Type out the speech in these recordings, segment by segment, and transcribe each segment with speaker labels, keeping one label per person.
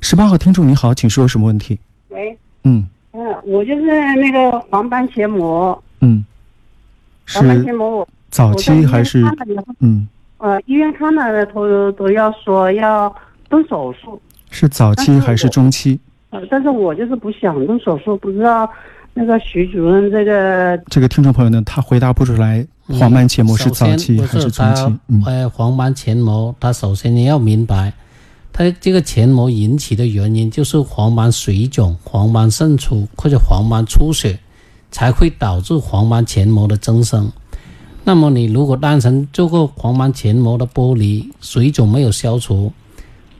Speaker 1: 十八号听众你好，请说有什么问题？
Speaker 2: 喂，
Speaker 1: 嗯
Speaker 2: 嗯，我就是那个黄斑结膜，
Speaker 1: 嗯，
Speaker 2: 黄斑结
Speaker 1: 是
Speaker 2: 膜我
Speaker 1: 早
Speaker 2: 我在医
Speaker 1: 期
Speaker 2: 院
Speaker 1: 还是
Speaker 2: 看了以后，
Speaker 1: 嗯
Speaker 2: 呃，医院看了都都要说要动手术，
Speaker 1: 是早期
Speaker 2: 但是
Speaker 1: 还是
Speaker 2: 我
Speaker 1: 中期？
Speaker 2: 呃，但是我就是不想动手术，不知道那个徐主任这个
Speaker 1: 这个听众朋友呢，他回答不出来黄斑结膜是早期
Speaker 3: 嗯首先
Speaker 1: 还
Speaker 3: 不是
Speaker 1: 中期
Speaker 3: 它？
Speaker 1: 嗯
Speaker 3: 呃，黄斑前膜，它首先你要明白，它这个前膜引起的原因就是黄斑水肿、黄斑渗出或者黄斑出血，才会导致黄斑前膜的增生。那么你如果单纯做过黄斑前膜的剥离，水肿没有消除，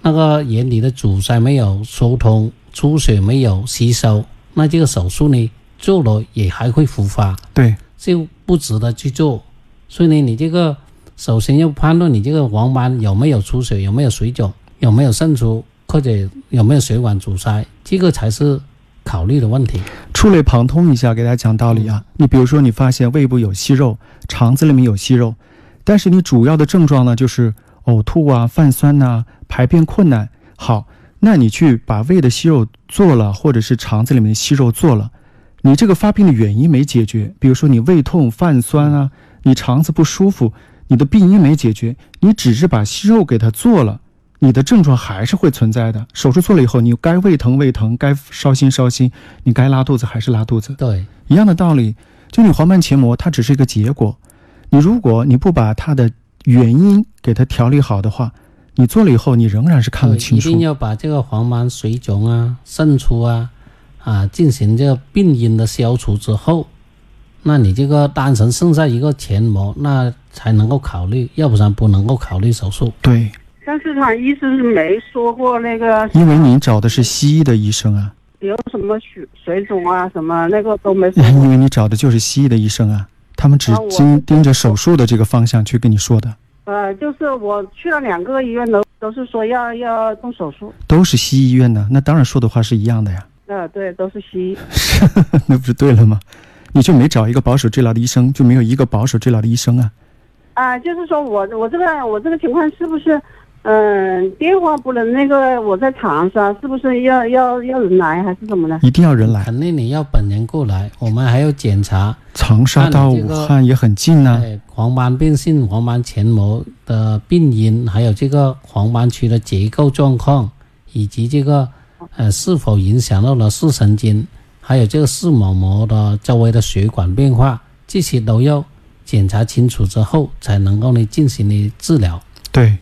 Speaker 3: 那个眼底的阻塞没有疏通，出血没有吸收，那这个手术呢做了也还会复发。
Speaker 1: 对，
Speaker 3: 就不值得去做。所以呢，你这个首先要判断你这个黄斑有没有出血，有没有水肿，有没有渗出，或者有没有血管阻塞，这个才是考虑的问 题。
Speaker 1: 触类旁通一下，给大家讲道理啊。你比如说，你发现胃部有息肉，肠子里面有息肉，但是你主要的症状呢就是呕吐啊、泛酸呐、排便困难。好，那你去把胃的息肉做了，或者是肠子里面的息肉做了，你这个发病的原因没解决，比如说你胃痛、泛酸啊，你肠子不舒服，你的病因没解决，你只是把息肉给它做了。你的症状还是会存在的。手术做了以后，你该胃疼胃疼，该烧心烧心，你该拉肚子还是拉肚子。
Speaker 3: 对，
Speaker 1: 一样的道理，就你黄斑结膜，它只是一个结果。你如果你不把它的原因给它调理好的话，你做了以后，你仍然是看不
Speaker 3: 对
Speaker 1: 清
Speaker 3: 一定
Speaker 1: 楚。
Speaker 3: 要把这个黄斑水肿啊、渗出啊啊进行这个病因的消除之后，那你这个单纯剩下一个前膜，那才能够考虑，要不然不能够考虑手术。
Speaker 1: 对，
Speaker 2: 但是他一直没说过那个
Speaker 1: 因为您找的是西医的医生 啊，
Speaker 2: 有什么水水肿啊什么那个都没说
Speaker 1: 因
Speaker 2: 过。
Speaker 1: 为你找的就是西医的医生啊，他们只
Speaker 2: 啊我
Speaker 1: 盯盯着手术的这个方向去跟你说的，
Speaker 2: 呃，就是我去了两个医院都都是说要要动手术，
Speaker 1: 都是西医医院的，那当然说的话是一样的呀，
Speaker 2: 呃，对，都是西医。
Speaker 1: 那不是对了吗？你就没找一个保守治疗的医生，就没有一个保守治疗的医生啊。
Speaker 2: 啊、就是说我我这个我这个情况是不是，嗯、电话不能那个我在长沙，是不是要要要人来还是怎么呢？
Speaker 1: 一定要人来。
Speaker 3: 肯定你要本人过来，我们还要检查。
Speaker 1: 长沙到武汉也很近啊呢、
Speaker 3: 对，黄斑呃变性、黄斑前膜的病因，还有这个黄斑区的结构状况，以及这个呃是否影响到了视神经，还有这个视网膜的周围的血管变化，这些都要检查清楚之后，才能够呢进行呢治疗。
Speaker 1: 对，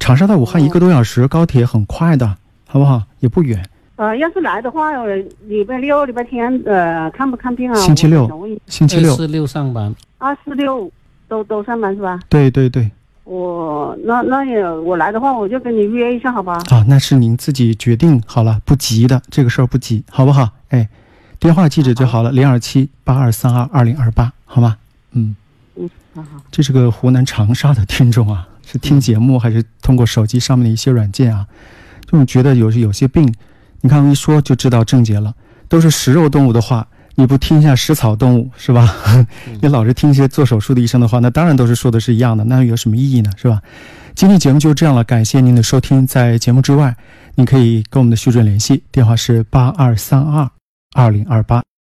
Speaker 1: 长沙到武汉一个多小时，高铁很快的，好不好？也不远。
Speaker 2: 呃，要是来的话，呃礼拜六、礼拜天，呃，看不看病啊？
Speaker 1: 星期六
Speaker 2: 我想问一下
Speaker 1: 星期
Speaker 3: 二
Speaker 1: 六，
Speaker 3: 四六上班，
Speaker 2: 二啊四六都都上班是吧？
Speaker 1: 对对对，
Speaker 2: 我那那也我来的话，我就跟你约一下，好吧？
Speaker 1: 啊，那是您自己决定好了，不急的，这个事儿不急，好不好？哎，电话记着就好了，零二七八二三二二零二八，好吗？嗯，
Speaker 2: 好好。
Speaker 1: 这是个湖南长沙的听众啊，是听节目还是通过手机上面的一些软件啊？就你觉得有有些病，你看我一说就知道症结了，都是食肉动物的话，你不听一下食草动物是吧？你老是听一些做手术的医生的话，那当然都是说的是一样的，那有什么意义呢？是吧？今天节目就这样了，感谢您的收听。在节目之外，你可以跟我们的徐主任联系，电话是八二三二二零二八。